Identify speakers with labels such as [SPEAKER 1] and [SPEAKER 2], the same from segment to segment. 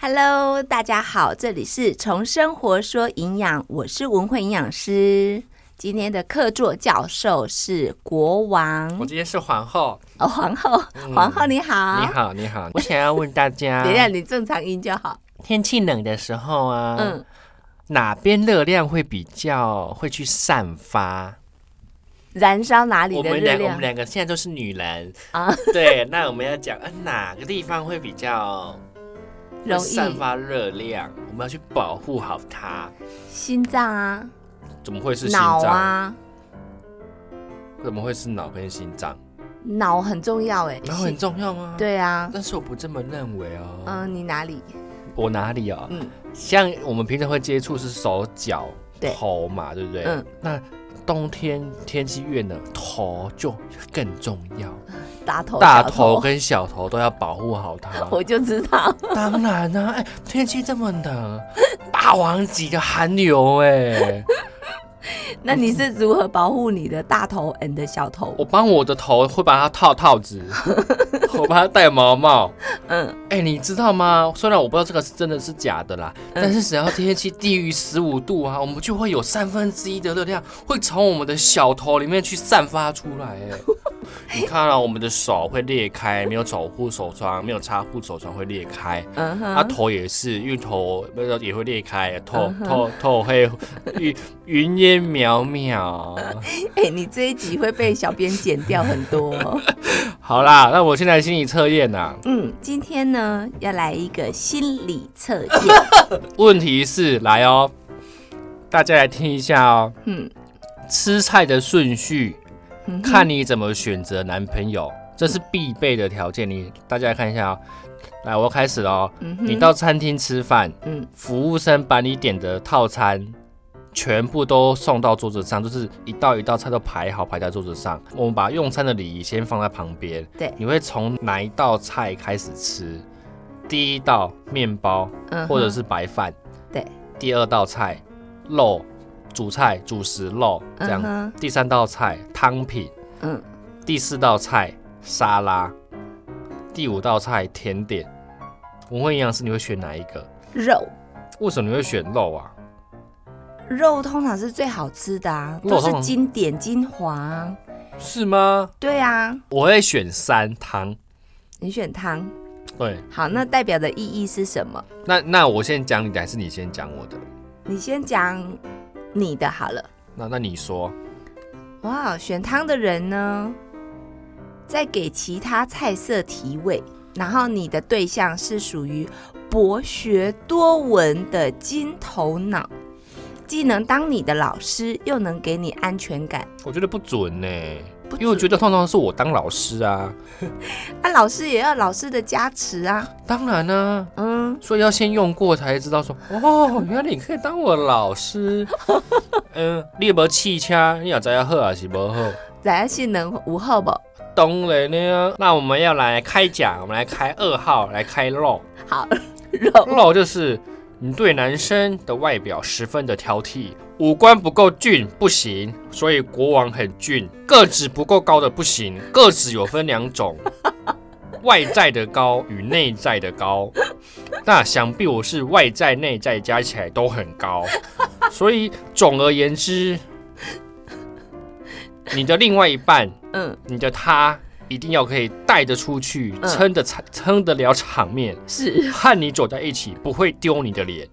[SPEAKER 1] Hello，大家好，这里是从生活说营养，我是文慧营养师。今天的客座教授是国
[SPEAKER 2] 我
[SPEAKER 1] 王
[SPEAKER 2] 今天是皇后，
[SPEAKER 1] 哦，皇后，皇后你好，
[SPEAKER 2] 你，好，你好。我想要问大家
[SPEAKER 1] 啊 等一，下你正常音就好。
[SPEAKER 2] 天气冷的时候啊，
[SPEAKER 1] 嗯，
[SPEAKER 2] 哪边热量会比较会去散发？
[SPEAKER 1] 燃烧哪里
[SPEAKER 2] 我
[SPEAKER 1] 的
[SPEAKER 2] 们
[SPEAKER 1] 热
[SPEAKER 2] 两我
[SPEAKER 1] 量
[SPEAKER 2] 们两个现在都是女人
[SPEAKER 1] 啊
[SPEAKER 2] 啊，对， 那我们要讲，呃，哪个地方会比较会
[SPEAKER 1] 容易？
[SPEAKER 2] 散发热量？我们要去保护好它。
[SPEAKER 1] 心脏啊，
[SPEAKER 2] 怎么会是心
[SPEAKER 1] 脑
[SPEAKER 2] 脏？
[SPEAKER 1] 啊，
[SPEAKER 2] 怎么会是脑跟心脏？
[SPEAKER 1] 脑很重要哎，
[SPEAKER 2] 脑很
[SPEAKER 1] 心
[SPEAKER 2] 重要吗？。
[SPEAKER 1] 对啊，
[SPEAKER 2] 但是我不这么认为哦。
[SPEAKER 1] 嗯，你哪里？
[SPEAKER 2] 我哪里哦？
[SPEAKER 1] 嗯
[SPEAKER 2] 像我们平常会接触是手脚、
[SPEAKER 1] 对
[SPEAKER 2] 头嘛，对不对？
[SPEAKER 1] 嗯
[SPEAKER 2] 那冬天天气越冷，头就更重要，
[SPEAKER 1] 大头，
[SPEAKER 2] 大
[SPEAKER 1] 小
[SPEAKER 2] 头，跟小头都要保护好 它。
[SPEAKER 1] 我就知道，
[SPEAKER 2] 当然啦、哎、天气这么冷，霸王级的寒流哎、
[SPEAKER 1] 那你是如何保护你的大头 and 小头
[SPEAKER 2] 我？帮我的头会把它套套子， 我帮它戴毛帽。
[SPEAKER 1] 嗯，
[SPEAKER 2] 哎、你知道吗？虽然我不知道这个是真的是假的啦，
[SPEAKER 1] 嗯
[SPEAKER 2] 但是只要天气低于十五度啊，我们就会有三分之一的热量会从我们的小头里面去散发出来。哎，你看啊，我们的手会裂开，没有守护手霜，没有擦护手霜会裂开。
[SPEAKER 1] 嗯哼，
[SPEAKER 2] 啊，头也是，因为头那个也会裂开，头头头会 云云烟渺渺。
[SPEAKER 1] 哎、你这一集会被小编剪掉很多、 哦。
[SPEAKER 2] 好啦，那我现在心理测验啊呐，
[SPEAKER 1] 嗯，今天呢要来一个心理测验。
[SPEAKER 2] 问题是来哦，大家来听一下哦。
[SPEAKER 1] 嗯，
[SPEAKER 2] 吃菜的顺序，
[SPEAKER 1] 嗯哼
[SPEAKER 2] 看你怎么选择男朋友，这是必备的条件。你大家来看一下哦。来，我要开始了哦。
[SPEAKER 1] 嗯哼
[SPEAKER 2] 你到餐厅吃饭，
[SPEAKER 1] 嗯
[SPEAKER 2] 服务生把你点的套餐全部都送到桌子上，就是一道一道菜都排好排在桌子上。我们把用餐的礼仪先放在旁边。
[SPEAKER 1] 对
[SPEAKER 2] 你会从哪一道菜开始吃？第一道面包，
[SPEAKER 1] 嗯哼，
[SPEAKER 2] 或者是白饭。
[SPEAKER 1] 对。
[SPEAKER 2] 第二道菜肉，主菜主食肉这样。
[SPEAKER 1] 嗯
[SPEAKER 2] 第三道菜汤品，
[SPEAKER 1] 嗯
[SPEAKER 2] 第四道菜沙拉，第五道菜甜点。文慧营养师，你会选哪一个？
[SPEAKER 1] 肉
[SPEAKER 2] 为什么你会选肉啊？
[SPEAKER 1] 肉通常是最好吃的啊，
[SPEAKER 2] 肉
[SPEAKER 1] 都
[SPEAKER 2] 通
[SPEAKER 1] 是
[SPEAKER 2] 常
[SPEAKER 1] 经典精华啊。
[SPEAKER 2] 是吗？
[SPEAKER 1] 对啊，
[SPEAKER 2] 我会选三汤。
[SPEAKER 1] 你选汤。
[SPEAKER 2] 对，
[SPEAKER 1] 好，那代表的意义是什么？
[SPEAKER 2] 那那我先讲你的，还是你先讲我的？
[SPEAKER 1] 你先讲你的好了。
[SPEAKER 2] 那那你说，
[SPEAKER 1] 哇，选汤的人呢，在给其他菜色提味，然后你的对象是属于博学多闻的金头脑，既能当你的老师，又能给你安全感。
[SPEAKER 2] 我觉得不准呢、
[SPEAKER 1] 不
[SPEAKER 2] 因为我觉
[SPEAKER 1] 止
[SPEAKER 2] 得通常是我当老师啊。
[SPEAKER 1] 啊，老师也要老师的加持啊，
[SPEAKER 2] 当然啊，
[SPEAKER 1] 嗯，
[SPEAKER 2] 所以要先用过才知道说，哦，原来你可以当我老师。嗯，你有没有气枪？你有知道好还是不好？
[SPEAKER 1] 然后性能无后不？
[SPEAKER 2] 当然呢，那我们要来开奖，我们来开二号，来开肉。
[SPEAKER 1] 好肉，
[SPEAKER 2] 肉就是你对男生的外表十分的挑剔，五官不够俊不行，所以国王很俊；个子不够高的不行，个子有分两种， 外在的高与内在的高。那想必我是外在内在加起来都很高，所以总而言之，你的另外一半
[SPEAKER 1] 嗯，
[SPEAKER 2] 你的他一定要可以带得出去，
[SPEAKER 1] 嗯
[SPEAKER 2] 撑得场撑得了场面，
[SPEAKER 1] 是
[SPEAKER 2] 和你走在一起不会丢你的脸。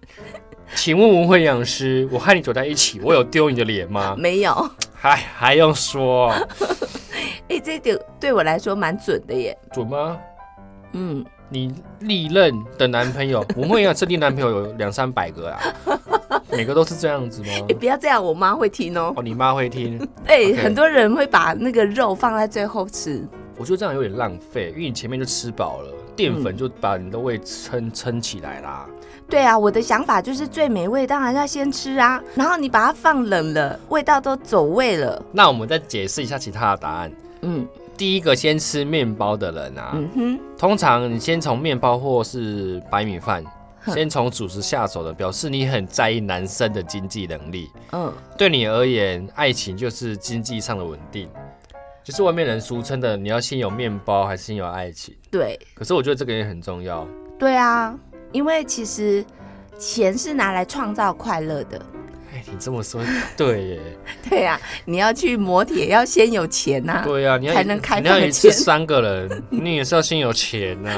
[SPEAKER 2] 请问文慧养师，我和你走在一起，我有丢你的脸 吗？
[SPEAKER 1] 没有。
[SPEAKER 2] 还还用说
[SPEAKER 1] 哎、这点对我来说蛮准的耶。
[SPEAKER 2] 准吗？
[SPEAKER 1] 嗯，
[SPEAKER 2] 你历任的男朋友，文慧养师历男朋友有两三百个啊，每个都是这样子吗
[SPEAKER 1] 哎、？不要这样，我妈会听哦。
[SPEAKER 2] 哦，你妈会听，
[SPEAKER 1] 对
[SPEAKER 2] OK
[SPEAKER 1] 很多人会把那个肉放在最后吃。
[SPEAKER 2] 我觉得这样有点浪费，因为你前面就吃饱了，淀粉就把你的胃撑撑起来啦。
[SPEAKER 1] 对啊，我的想法就是最美味当然要先吃啊，然后你把它放冷了，味道都走味了。
[SPEAKER 2] 那我们再解释一下其他的答案。
[SPEAKER 1] 嗯
[SPEAKER 2] 第一个先吃面包的人啊，
[SPEAKER 1] 嗯哼，
[SPEAKER 2] 通常你先从面包或是白米饭，先从主食下手的，表示你很在意男生的经济能力。
[SPEAKER 1] 嗯，
[SPEAKER 2] 对你而言，爱情就是经济上的稳定，就是外面人俗称的，你要先有面包还是先有爱情？
[SPEAKER 1] 对
[SPEAKER 2] 可是我觉得这个也很重要，
[SPEAKER 1] 对啊，因为其实钱是拿来创造快乐的。
[SPEAKER 2] 哎，你这么说，对耶，
[SPEAKER 1] 对呀、你要去磨铁，要先有钱啊呐、
[SPEAKER 2] 对啊呀、你要
[SPEAKER 1] 才能开
[SPEAKER 2] 你要
[SPEAKER 1] 饭
[SPEAKER 2] 一次
[SPEAKER 1] 钱
[SPEAKER 2] 三个人，你也是要先有 钱呐、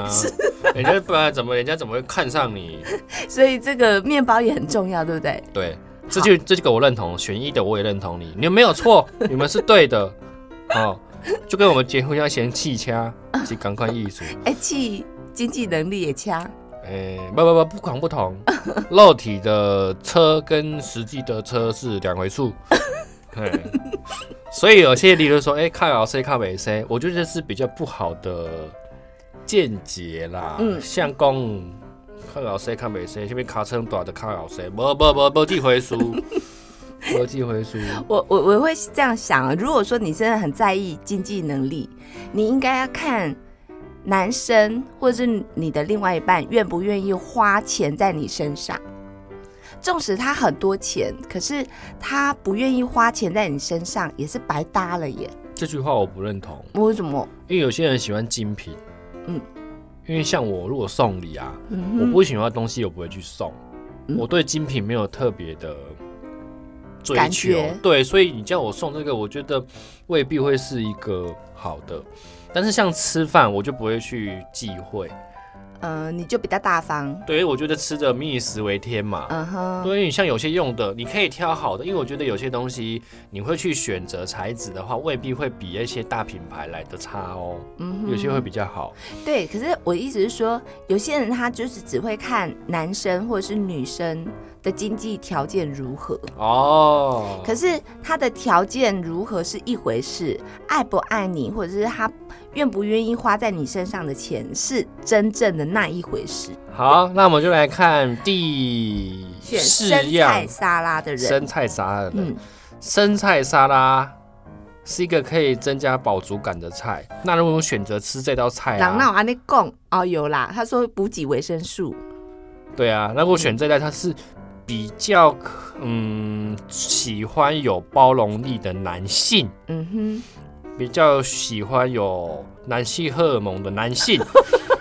[SPEAKER 2] 人家不然怎么人家怎么会看上你？
[SPEAKER 1] 所以这个面包也很重要，对不对？
[SPEAKER 2] 对，这句这个我认同，选一的我也认同你，你们没有错，你们是对的，哦，就跟我们结婚要先气掐，就赶快艺术，
[SPEAKER 1] 哎，气经济能力也强，
[SPEAKER 2] 诶、哎不不不，不同不同，肉体的车跟实际的车是两回数，嘿所以有些理论说，哎、靠老 C 靠美 C，我觉得这是比较不好的见解啦，
[SPEAKER 1] 嗯
[SPEAKER 2] 像讲。靠老师靠美 C，这边卡称短的靠老师，无无无无几回数， 无几回数。
[SPEAKER 1] 我我我会这样想啊，如果说你真的很在意经济能力，你应该要看男生或者是你的另外一半愿不愿意花钱在你身上。纵使他很多钱，可是他不愿意花钱在你身上，也是白搭了耶。
[SPEAKER 2] 这句话我不认同，
[SPEAKER 1] 为什么？
[SPEAKER 2] 因为有些人喜欢精品，
[SPEAKER 1] 嗯，
[SPEAKER 2] 因为像我如果送礼啊，
[SPEAKER 1] 嗯
[SPEAKER 2] 我
[SPEAKER 1] 哼
[SPEAKER 2] 不喜欢的东西我不会去送，
[SPEAKER 1] 嗯
[SPEAKER 2] 我对精品没有特别的追
[SPEAKER 1] 感
[SPEAKER 2] 求
[SPEAKER 1] 觉，
[SPEAKER 2] 对，所以你叫我送这个，我觉得未必会是一个好的。但是像吃饭，我就不会去忌讳，
[SPEAKER 1] 呃，你就比较大方，
[SPEAKER 2] 对，因为我觉得吃的民以食为天嘛，
[SPEAKER 1] 嗯哼，
[SPEAKER 2] 所以你像有些用的，你可以挑好的，因为我觉得有些东西你会去选择材质的话，未必会比一些大品牌来的差哦，
[SPEAKER 1] 嗯
[SPEAKER 2] 有些会比较好。
[SPEAKER 1] 对。可是我意思是说，有些人他就是只会看男生或者是女生的经济条件如何，
[SPEAKER 2] 哦，
[SPEAKER 1] 可是他的条件如何是一回事，爱不爱你，或者是他愿不愿意花在你身上的钱，是真正的那一回事。
[SPEAKER 2] 好，那我们就来看第
[SPEAKER 1] 选
[SPEAKER 2] 四
[SPEAKER 1] 生
[SPEAKER 2] 样
[SPEAKER 1] 菜沙拉的人，
[SPEAKER 2] 生菜沙拉的。
[SPEAKER 1] 嗯，
[SPEAKER 2] 生菜沙拉是一个可以增加饱足感的菜。那如果选择吃这道菜
[SPEAKER 1] 然
[SPEAKER 2] 啊，
[SPEAKER 1] 后安尼讲哦，有啦，他说补给维生素，
[SPEAKER 2] 对啊，那如果选这道，它是比较嗯喜欢有包容力的男性，
[SPEAKER 1] 嗯哼。
[SPEAKER 2] 比较喜欢有男性荷尔蒙的 男性。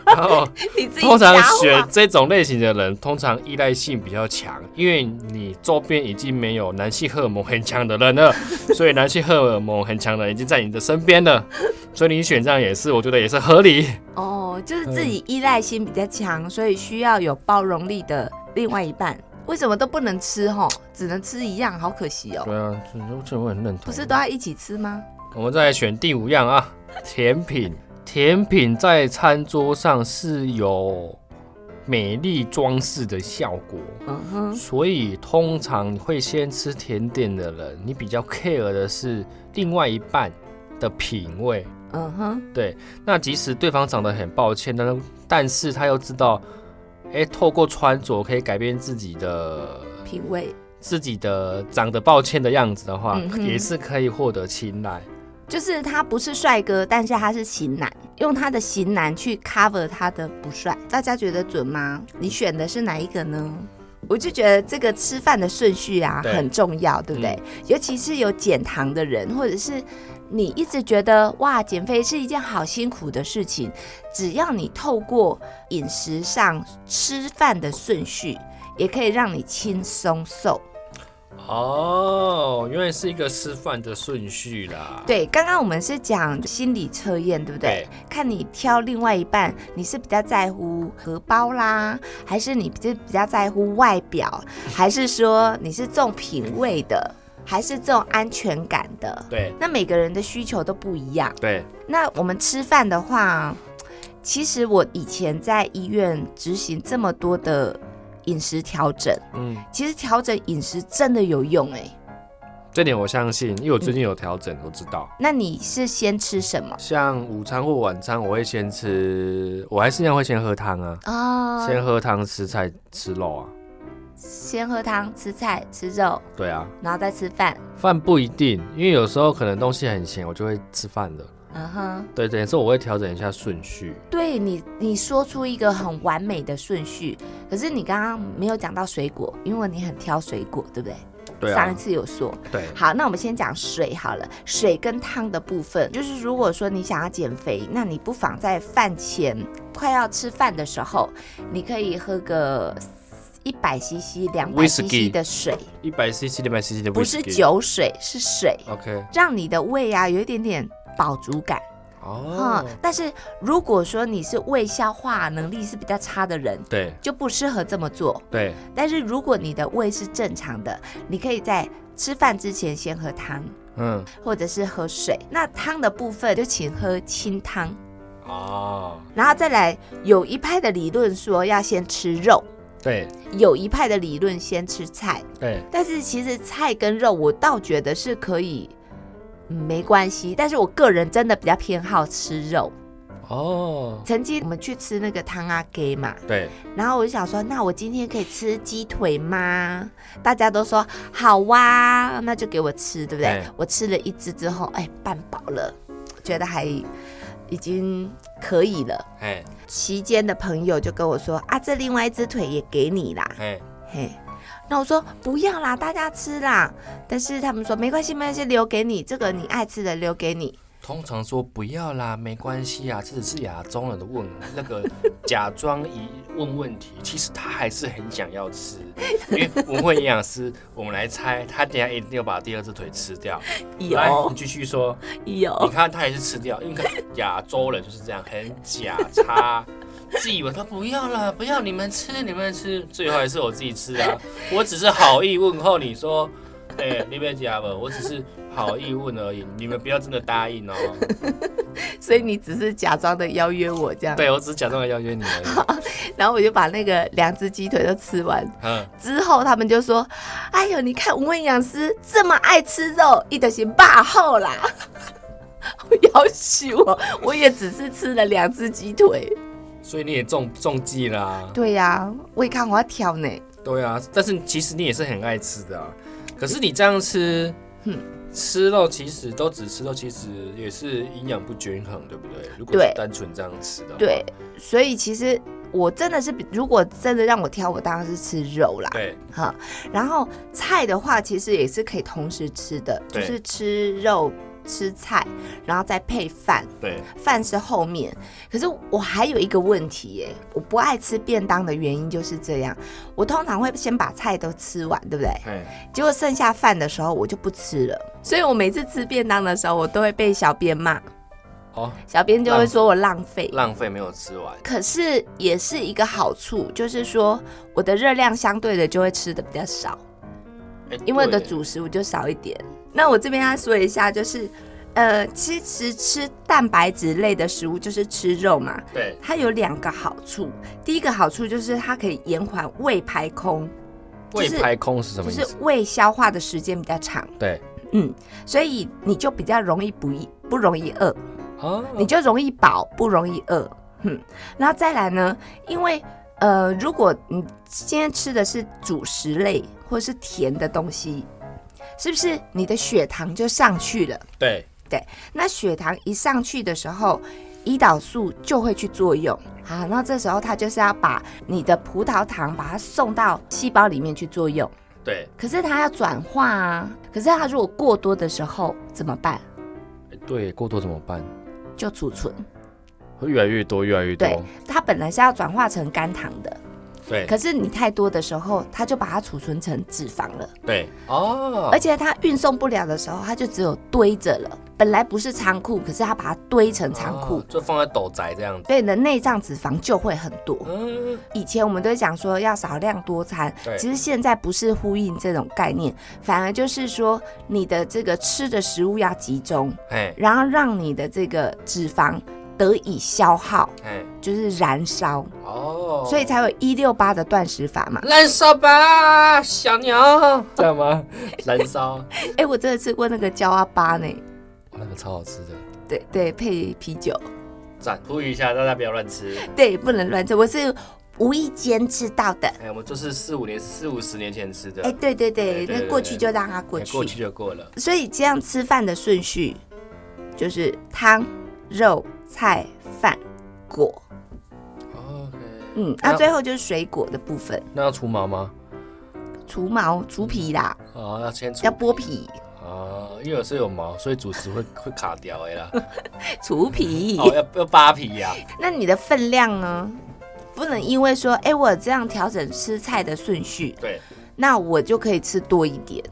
[SPEAKER 2] 然后
[SPEAKER 1] 你自己啊
[SPEAKER 2] 通常
[SPEAKER 1] 加话
[SPEAKER 2] 选这种类型的人，通常依赖性比较强，因为你周边已经没有男性荷尔蒙很强的人了， 所以男性荷尔蒙很强的人已经在你的身边了，所以你选这样也是，我觉得也是合理。
[SPEAKER 1] 哦，就是自
[SPEAKER 2] 嗯
[SPEAKER 1] 己依赖心比较强，所以需要有包容力的另外一半。为什么都不能吃吼？只能吃一样，好可惜哦。
[SPEAKER 2] 对啊，这这我很认同。
[SPEAKER 1] 不是都要一起吃吗？
[SPEAKER 2] 我们再来选第五样啊，甜品。甜品在餐桌上是有美丽装饰的效果。
[SPEAKER 1] 嗯哼，
[SPEAKER 2] 所以通常会先吃甜点的人，你比较 care 的是另外一半的品味。
[SPEAKER 1] 嗯哼，
[SPEAKER 2] 对，那即使对方长得很抱歉，但但是他又知道，哎、透过穿着可以改变自己的
[SPEAKER 1] 品味
[SPEAKER 2] 自己的长得抱歉的样子的话，
[SPEAKER 1] 嗯哼
[SPEAKER 2] 也是可以获得青睐。
[SPEAKER 1] 就是他不是帅哥，但是他是型男，用他的型男去 cover 他的不帅。大家觉得准吗？你选的是哪一个呢？我就觉得这个吃饭的顺序啊
[SPEAKER 2] 对
[SPEAKER 1] 很重要，对不对？尤其是有减糖的人，或者是你一直觉得哇，减肥是一件好辛苦的事情，只要你透过饮食上吃饭的顺序，也可以让你轻松瘦。
[SPEAKER 2] 哦，原来是一个吃饭的顺序啦。
[SPEAKER 1] 对，刚刚我们是讲心理测验，对不对？看你挑另外一半，你是比较在乎荷包啦，还是你是比较在乎外表，还是说你是重品味的，还是重安全感的？
[SPEAKER 2] 对
[SPEAKER 1] 那每个人的需求都不一样。
[SPEAKER 2] 对
[SPEAKER 1] 那我们吃饭的话，其实我以前在医院执行这么多的饮食调整，
[SPEAKER 2] 嗯，
[SPEAKER 1] 其实调整饮食真的有用哎、
[SPEAKER 2] 这点我相信，因为我最近有调整，我知道。
[SPEAKER 1] 那你是先吃什么？
[SPEAKER 2] 像午餐或晚餐，我会先吃，我还是一样会先喝汤啊，
[SPEAKER 1] 哦，
[SPEAKER 2] 先喝汤吃菜吃肉啊，
[SPEAKER 1] 先喝汤、吃菜、吃肉，
[SPEAKER 2] 对啊，
[SPEAKER 1] 然后再吃饭。
[SPEAKER 2] 饭不一定，因为有时候可能东西很咸，我就会吃饭的。
[SPEAKER 1] 嗯哼，
[SPEAKER 2] 对，等于说我会调整一下顺序。
[SPEAKER 1] 对你，你说出一个很完美的顺序，可是你刚刚没有讲到水果，因为你很挑水果，对不对？
[SPEAKER 2] 对
[SPEAKER 1] 上一
[SPEAKER 2] 啊，
[SPEAKER 1] 次有说。
[SPEAKER 2] 对，
[SPEAKER 1] 好，那我们先讲水好了，水跟汤的部分，就是如果说你想要减肥，那你不妨在饭前快要吃饭的时候，你可以喝个一百 CC、两百
[SPEAKER 2] Whisky
[SPEAKER 1] CC 的水，
[SPEAKER 2] 一百 CC 两百 CC 的
[SPEAKER 1] 不是
[SPEAKER 2] whisky。
[SPEAKER 1] 酒水，是水，
[SPEAKER 2] OK，
[SPEAKER 1] 让你的胃啊有一点点饱足感。
[SPEAKER 2] 哦
[SPEAKER 1] 嗯，，但是如果说你是胃消化能力是比较差的人，
[SPEAKER 2] 对
[SPEAKER 1] 就不适合这么做。
[SPEAKER 2] 对，
[SPEAKER 1] 但是如果你的胃是正常的，你可以在吃饭之前先喝汤，
[SPEAKER 2] 嗯，
[SPEAKER 1] 或者是喝水。那汤的部分就请喝清汤，
[SPEAKER 2] 哦，
[SPEAKER 1] 然后再来有一派的理论说要先吃肉，
[SPEAKER 2] 对
[SPEAKER 1] 有一派的理论先吃菜。
[SPEAKER 2] 对，
[SPEAKER 1] 但是其实菜跟肉，我倒觉得是可以。嗯没关系，但是我个人真的比较偏好吃肉。
[SPEAKER 2] 哦，
[SPEAKER 1] 曾经我们去吃那个汤阿给嘛，
[SPEAKER 2] 对，
[SPEAKER 1] 然后我就想说，那我今天可以吃鸡腿吗？大家都说好哇、那就给我吃，对不对？
[SPEAKER 2] 哎
[SPEAKER 1] 我吃了一只之后，哎，半饱了，觉得还已经可以了。
[SPEAKER 2] 哎
[SPEAKER 1] 期间的朋友就跟我说啊，这另外一只腿也给你啦，
[SPEAKER 2] 哎，
[SPEAKER 1] 嘿。那我说不要啦，大家吃啦。但是他们说没关系，没关系，留给你，这个你爱吃的留给你。
[SPEAKER 2] 通常说不要啦，没关系啊，这只是亚洲人的问那个假装疑问问题，其实他还是很想要吃，因为文慧营养师，我们来猜，他等一下一定要把第二只腿吃掉。来，
[SPEAKER 1] 有
[SPEAKER 2] 你继续说，你
[SPEAKER 1] 有，
[SPEAKER 2] 看他也是吃掉，因为亚洲人就是这样，很假叉。自以为他不要了，不要你们吃，你们吃，最后还是我自己吃啊！我只是好意问候你说，哎、你别假了，我只是好意问而已，你们不要真的答应哦。
[SPEAKER 1] 所以你只是假装的邀约我这样。
[SPEAKER 2] 对，我只是假装要约你而 已。
[SPEAKER 1] 然后我就把那个两只鸡腿都吃完
[SPEAKER 2] 嗯，
[SPEAKER 1] 之后，他们就说：“哎呦，你看我们营养师这么爱吃肉，一定是霸后啦。” 我要死我，我也只是吃了两只鸡腿。
[SPEAKER 2] 所以你也中中计啦、
[SPEAKER 1] 对呀、胃康我要挑呢。
[SPEAKER 2] 对啊，但是其实你也是很爱吃的啊。可是你这样吃，
[SPEAKER 1] 嗯
[SPEAKER 2] 吃肉其实都只吃肉，其实也是营养不均衡，对不对？如果
[SPEAKER 1] 对
[SPEAKER 2] 是单纯这样吃的话，
[SPEAKER 1] 对，所以其实我真的是比，如果真的让我挑，我当然是吃肉啦。
[SPEAKER 2] 对
[SPEAKER 1] 哈，然后菜的话，其实也是可以同时吃的，就
[SPEAKER 2] 对
[SPEAKER 1] 是吃肉吃菜，然后再配饭。
[SPEAKER 2] 对
[SPEAKER 1] 饭是后面，可是我还有一个问题耶，我不爱吃便当的原因就是这样，我通常会先把菜都吃完，对不对？
[SPEAKER 2] 哎，
[SPEAKER 1] 结果剩下饭的时候我就不吃了，所以我每次吃便当的时候，我都会被小编骂，
[SPEAKER 2] 哦，
[SPEAKER 1] 小编就会说我浪费。
[SPEAKER 2] 浪费没有吃完，
[SPEAKER 1] 可是也是一个好处，就是说我的热量相对的就会吃的比较少。
[SPEAKER 2] 哎
[SPEAKER 1] 因为我的
[SPEAKER 2] 对
[SPEAKER 1] 主食我就少一点。那我这边要说一下，就是，呃，其实吃蛋白质类的食物就是吃肉嘛，
[SPEAKER 2] 对
[SPEAKER 1] 它有两个好处。第一个好处就是它可以延缓胃排空，
[SPEAKER 2] 胃排空是什
[SPEAKER 1] 就
[SPEAKER 2] 么意
[SPEAKER 1] 是
[SPEAKER 2] 思？
[SPEAKER 1] 胃消化的时间比较长，
[SPEAKER 2] 对
[SPEAKER 1] 嗯，所以你就比较容易不易不容易饿，
[SPEAKER 2] 啊，
[SPEAKER 1] 你就容易饱，不容易饿。嗯，然后再来呢，因为呃，如果你今天吃的是主食类或是甜的东西，是不是你的血糖就上去了？
[SPEAKER 2] 对
[SPEAKER 1] 那血糖一上去的时候，胰岛素就会去作用。好，那这时候它就是要把你的葡萄糖把它送到细胞里面去作用，
[SPEAKER 2] 对，
[SPEAKER 1] 可是它要转化啊。可是它如果过多的时候怎么办？
[SPEAKER 2] 哎对，过多怎么办？
[SPEAKER 1] 就储存。
[SPEAKER 2] 会越来越多，越来越多，
[SPEAKER 1] 对它本来是要转化成肝糖的，
[SPEAKER 2] 对
[SPEAKER 1] 可是你太多的时候，它就把它储存成脂肪了，
[SPEAKER 2] 对哦，
[SPEAKER 1] 而且它运送不了的时候，它就只有堆着了。本来不是仓库，可是它把它堆成仓库，
[SPEAKER 2] 哦就放在斗宅这样子，
[SPEAKER 1] 所以你的内脏脂肪就会很多。
[SPEAKER 2] 嗯，
[SPEAKER 1] 以前我们都会讲说要少量多餐，
[SPEAKER 2] 对
[SPEAKER 1] 其实现在不是呼应这种概念，反而就是说你的这个吃的食物要集中，
[SPEAKER 2] 哎
[SPEAKER 1] 然后让你的这个脂肪得以消耗，
[SPEAKER 2] 哎
[SPEAKER 1] 就是燃烧，
[SPEAKER 2] 哦，
[SPEAKER 1] 所以才有一六八的断食法嘛。
[SPEAKER 2] 燃烧吧，小 鸟，这样吗？燃烧，哇
[SPEAKER 1] 哎、我真的吃过那个焦阿巴呢，
[SPEAKER 2] 那个超好吃的，
[SPEAKER 1] 对对，配啤酒，
[SPEAKER 2] 赞！呼吁一下，大家不要 乱吃。
[SPEAKER 1] 对，不能乱吃，我是无意间吃到的。
[SPEAKER 2] 哎，我们就是四五年、四五十年前吃的，
[SPEAKER 1] 哎、对对对，
[SPEAKER 2] 对对
[SPEAKER 1] 那
[SPEAKER 2] 对
[SPEAKER 1] 过去就让它过
[SPEAKER 2] 哎
[SPEAKER 1] 去。
[SPEAKER 2] 过去就过了。
[SPEAKER 1] 所以这样吃饭的顺序就是汤、肉、菜、饭、果，
[SPEAKER 2] 哦 OK，
[SPEAKER 1] 嗯，那、
[SPEAKER 2] 那
[SPEAKER 1] 最后就是水果的部分，
[SPEAKER 2] 那要除毛吗？
[SPEAKER 1] 除毛、除皮啦，
[SPEAKER 2] 哦，要先除
[SPEAKER 1] 要剥皮、
[SPEAKER 2] 哦，因为有时候有毛，所以主食会 会卡掉的啦。
[SPEAKER 1] 除皮。
[SPEAKER 2] 哦，要要扒皮呀、
[SPEAKER 1] 那你的分量呢？不能因为说，哎、我这样调整吃菜的顺序，
[SPEAKER 2] 对，
[SPEAKER 1] 那我就可以吃多一点。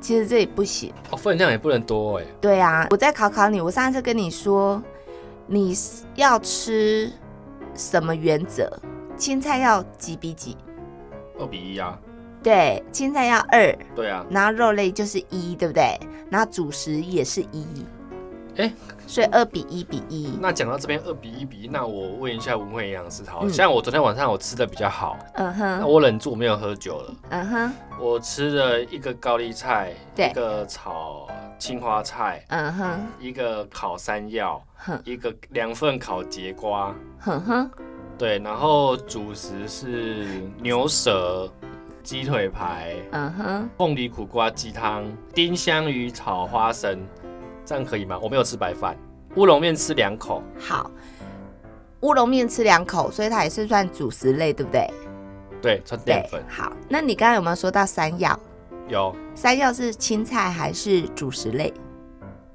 [SPEAKER 1] 其实这也不行。
[SPEAKER 2] 哦，分量也不能多哎、
[SPEAKER 1] 对啊，我再考考你，我上次跟你说，你要吃什么原则？青菜要几比几？
[SPEAKER 2] 二比一啊。
[SPEAKER 1] 对，青菜要二，
[SPEAKER 2] 对啊，
[SPEAKER 1] 然后肉类就是一，对不对？然后主食也是一，
[SPEAKER 2] 哎
[SPEAKER 1] 所以二比一比一。
[SPEAKER 2] 那讲到这边二比一比一，那我问一下文慧营养师，好，
[SPEAKER 1] 嗯
[SPEAKER 2] 像我昨天晚上我吃的比较好，
[SPEAKER 1] 嗯
[SPEAKER 2] 那
[SPEAKER 1] 哼，
[SPEAKER 2] 我忍住没有喝酒了，
[SPEAKER 1] 嗯哼，
[SPEAKER 2] 我吃了一个高丽菜，
[SPEAKER 1] 对
[SPEAKER 2] 一个炒青花菜，
[SPEAKER 1] 嗯哼，
[SPEAKER 2] 一个烤山药，
[SPEAKER 1] 哼
[SPEAKER 2] 一个两份烤节瓜，
[SPEAKER 1] 哼哼，
[SPEAKER 2] 对，然后主食是牛舌、鸡腿排、
[SPEAKER 1] 嗯哼，
[SPEAKER 2] 凤梨苦瓜鸡汤、丁香鱼炒花生，这样可以吗？我没有吃白饭，乌龙面吃两口，
[SPEAKER 1] 好。乌龙面吃两口，所以它也是算主食类，对不对？
[SPEAKER 2] 对，算淀粉
[SPEAKER 1] 好，那你刚刚有没有说到山药？
[SPEAKER 2] 有。
[SPEAKER 1] 山药是青菜还是主食类？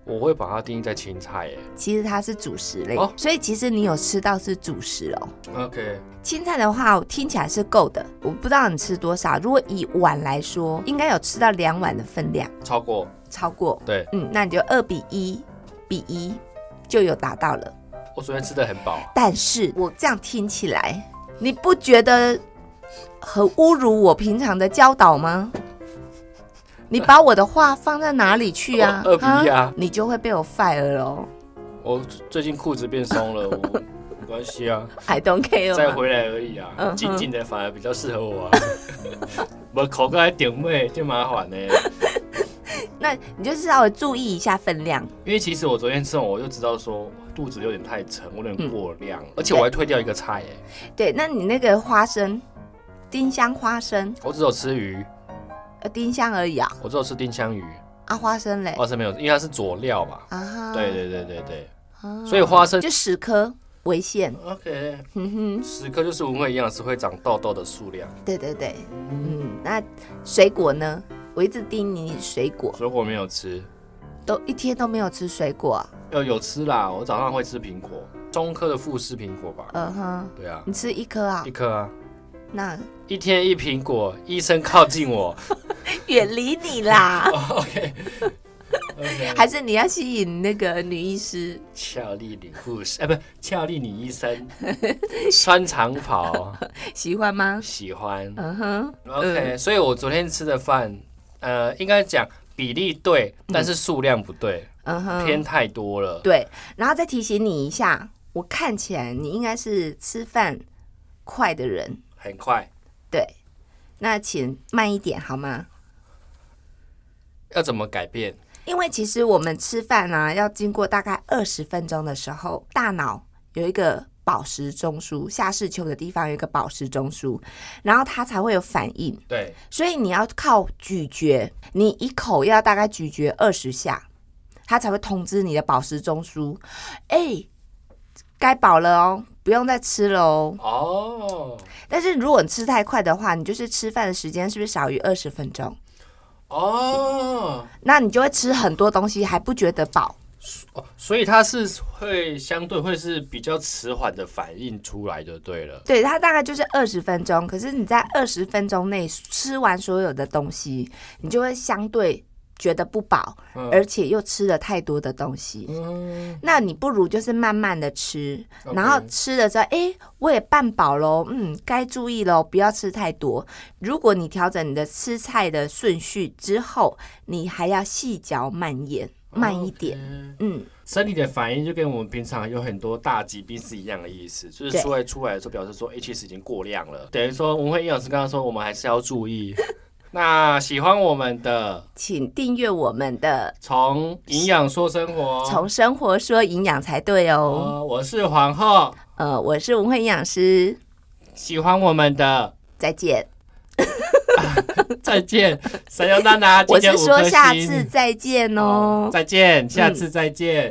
[SPEAKER 2] 我会把它定义在青菜耶。
[SPEAKER 1] 其实它是主食类，
[SPEAKER 2] 哦
[SPEAKER 1] 所以其实你有吃到是主食哦。
[SPEAKER 2] OK，
[SPEAKER 1] 青菜的话，我听起来是够的，我不知道你吃多少。如果以碗来说，应该有吃到两碗的分量，
[SPEAKER 2] 超过
[SPEAKER 1] 超过，
[SPEAKER 2] 对
[SPEAKER 1] 嗯，那你就二比一比一就有达到了。
[SPEAKER 2] 我昨天吃的很饱，？
[SPEAKER 1] 但是我这样听起来，你不觉得很侮辱我平常的教导吗？你把我的话放在哪里去啊
[SPEAKER 2] 二比一啊
[SPEAKER 1] 你就会被我 fire 喽。
[SPEAKER 2] 我最近裤子变松 了，我没关系啊，
[SPEAKER 1] I don't care
[SPEAKER 2] 再
[SPEAKER 1] 嘛
[SPEAKER 2] 回来而已
[SPEAKER 1] 嗯
[SPEAKER 2] 啊，
[SPEAKER 1] 哼
[SPEAKER 2] 紧紧的反而比较适合我啊。 我口盖顶妹就麻烦欸呢，
[SPEAKER 1] 那你就是稍微注意一下分量。
[SPEAKER 2] 因为其实我昨天吃完我就知道说肚子有点太沉，我有点过量，而且我还退掉一个菜耶，
[SPEAKER 1] 对，那你那个花生，丁香花生，
[SPEAKER 2] 我只有吃鱼，
[SPEAKER 1] 呃，丁香而已啊，
[SPEAKER 2] 我只有吃丁香鱼，
[SPEAKER 1] 啊，花生嘞，
[SPEAKER 2] 花生没有，因为它是佐料嘛。
[SPEAKER 1] 啊哈，
[SPEAKER 2] 哦对对对对对
[SPEAKER 1] 啊
[SPEAKER 2] 所以花生
[SPEAKER 1] 就十颗为限，
[SPEAKER 2] ，OK，
[SPEAKER 1] 哼哼，
[SPEAKER 2] 十颗就是文慧营养师会长痘痘的数量。
[SPEAKER 1] 对对对，嗯，那水果呢？我一直叮咛你水果，
[SPEAKER 2] 水果没有吃，
[SPEAKER 1] 都一天都没有吃水果啊，
[SPEAKER 2] 呃，有吃啦，我早上会吃苹果，中科的富士苹果吧？
[SPEAKER 1] 嗯哼，
[SPEAKER 2] 对啊，
[SPEAKER 1] 你吃一颗啊
[SPEAKER 2] 一，颗啊，
[SPEAKER 1] 那
[SPEAKER 2] 一天一苹果，医生靠近我。哦
[SPEAKER 1] 远离你啦，
[SPEAKER 2] OK OK，
[SPEAKER 1] 还是你要吸引那个女医师？
[SPEAKER 2] 俏丽女护士，哎、不是俏丽女 医生，穿长袍，
[SPEAKER 1] 喜欢吗？
[SPEAKER 2] 喜欢。
[SPEAKER 1] 嗯哼，嗯
[SPEAKER 2] OK，、所以我昨天吃的饭，呃，应该讲比例对，但是数量不对，
[SPEAKER 1] 嗯哼，
[SPEAKER 2] 偏太多了。
[SPEAKER 1] 对，然后再提醒你一下，我看起来你应该是吃饭快的人，
[SPEAKER 2] 很快
[SPEAKER 1] 对，那请慢一点好吗？
[SPEAKER 2] 要怎么改变？
[SPEAKER 1] 因为其实我们吃饭啊，要经过大概二十分钟的时候，大脑有一个饱食中枢，下视丘的地方有一个饱食中枢，然后它才会有反应，
[SPEAKER 2] 对，
[SPEAKER 1] 所以你要靠咀嚼，你一口要大概咀嚼二十下，它才会通知你的饱食中枢，哎、该饱了哦，不用再吃了哦。
[SPEAKER 2] 哦
[SPEAKER 1] 但是如果你吃太快的话，你就是吃饭的时间是不是少于二十分钟？
[SPEAKER 2] 哦。
[SPEAKER 1] 那你就会吃很多东西还不觉得饱。
[SPEAKER 2] 哦，所以它是会相对会是比较迟缓的反应出来就对了。
[SPEAKER 1] 对，它大概就是二十分钟，可是你在二十分钟内吃完所有的东西，你就会相对觉得不饱，
[SPEAKER 2] 嗯
[SPEAKER 1] 而且又吃了太多的东西。
[SPEAKER 2] 嗯，
[SPEAKER 1] 那你不如就是慢慢的吃
[SPEAKER 2] OK
[SPEAKER 1] 然后吃了之后，哎，我也半饱喽，嗯，该注意喽，不要吃太多。如果你调整你的吃菜的顺序之后，你还要细嚼慢咽，慢一点。
[SPEAKER 2] 嗯
[SPEAKER 1] 嗯，
[SPEAKER 2] 身体的反应就跟我们平常有很多大疾病是一样的意思，就是
[SPEAKER 1] 对
[SPEAKER 2] 出来出来的时候表示说，哎、其实已经过量了。等于说，文慧营养师刚刚说，我们还是要注意。那喜欢我们的，
[SPEAKER 1] 请订阅我们的
[SPEAKER 2] 从营养说生
[SPEAKER 1] 《
[SPEAKER 2] 活，
[SPEAKER 1] 从生活说营养才对哦》
[SPEAKER 2] 呃，我是皇后，
[SPEAKER 1] 呃，我是文慧营养师，
[SPEAKER 2] 喜欢我们的，
[SPEAKER 1] 再见。
[SPEAKER 2] 再见， 神游娜娜，
[SPEAKER 1] 我
[SPEAKER 2] 今天
[SPEAKER 1] 是
[SPEAKER 2] 五
[SPEAKER 1] 说
[SPEAKER 2] 颗
[SPEAKER 1] 下
[SPEAKER 2] 星
[SPEAKER 1] 次再见哦。
[SPEAKER 2] 再见，下次再见。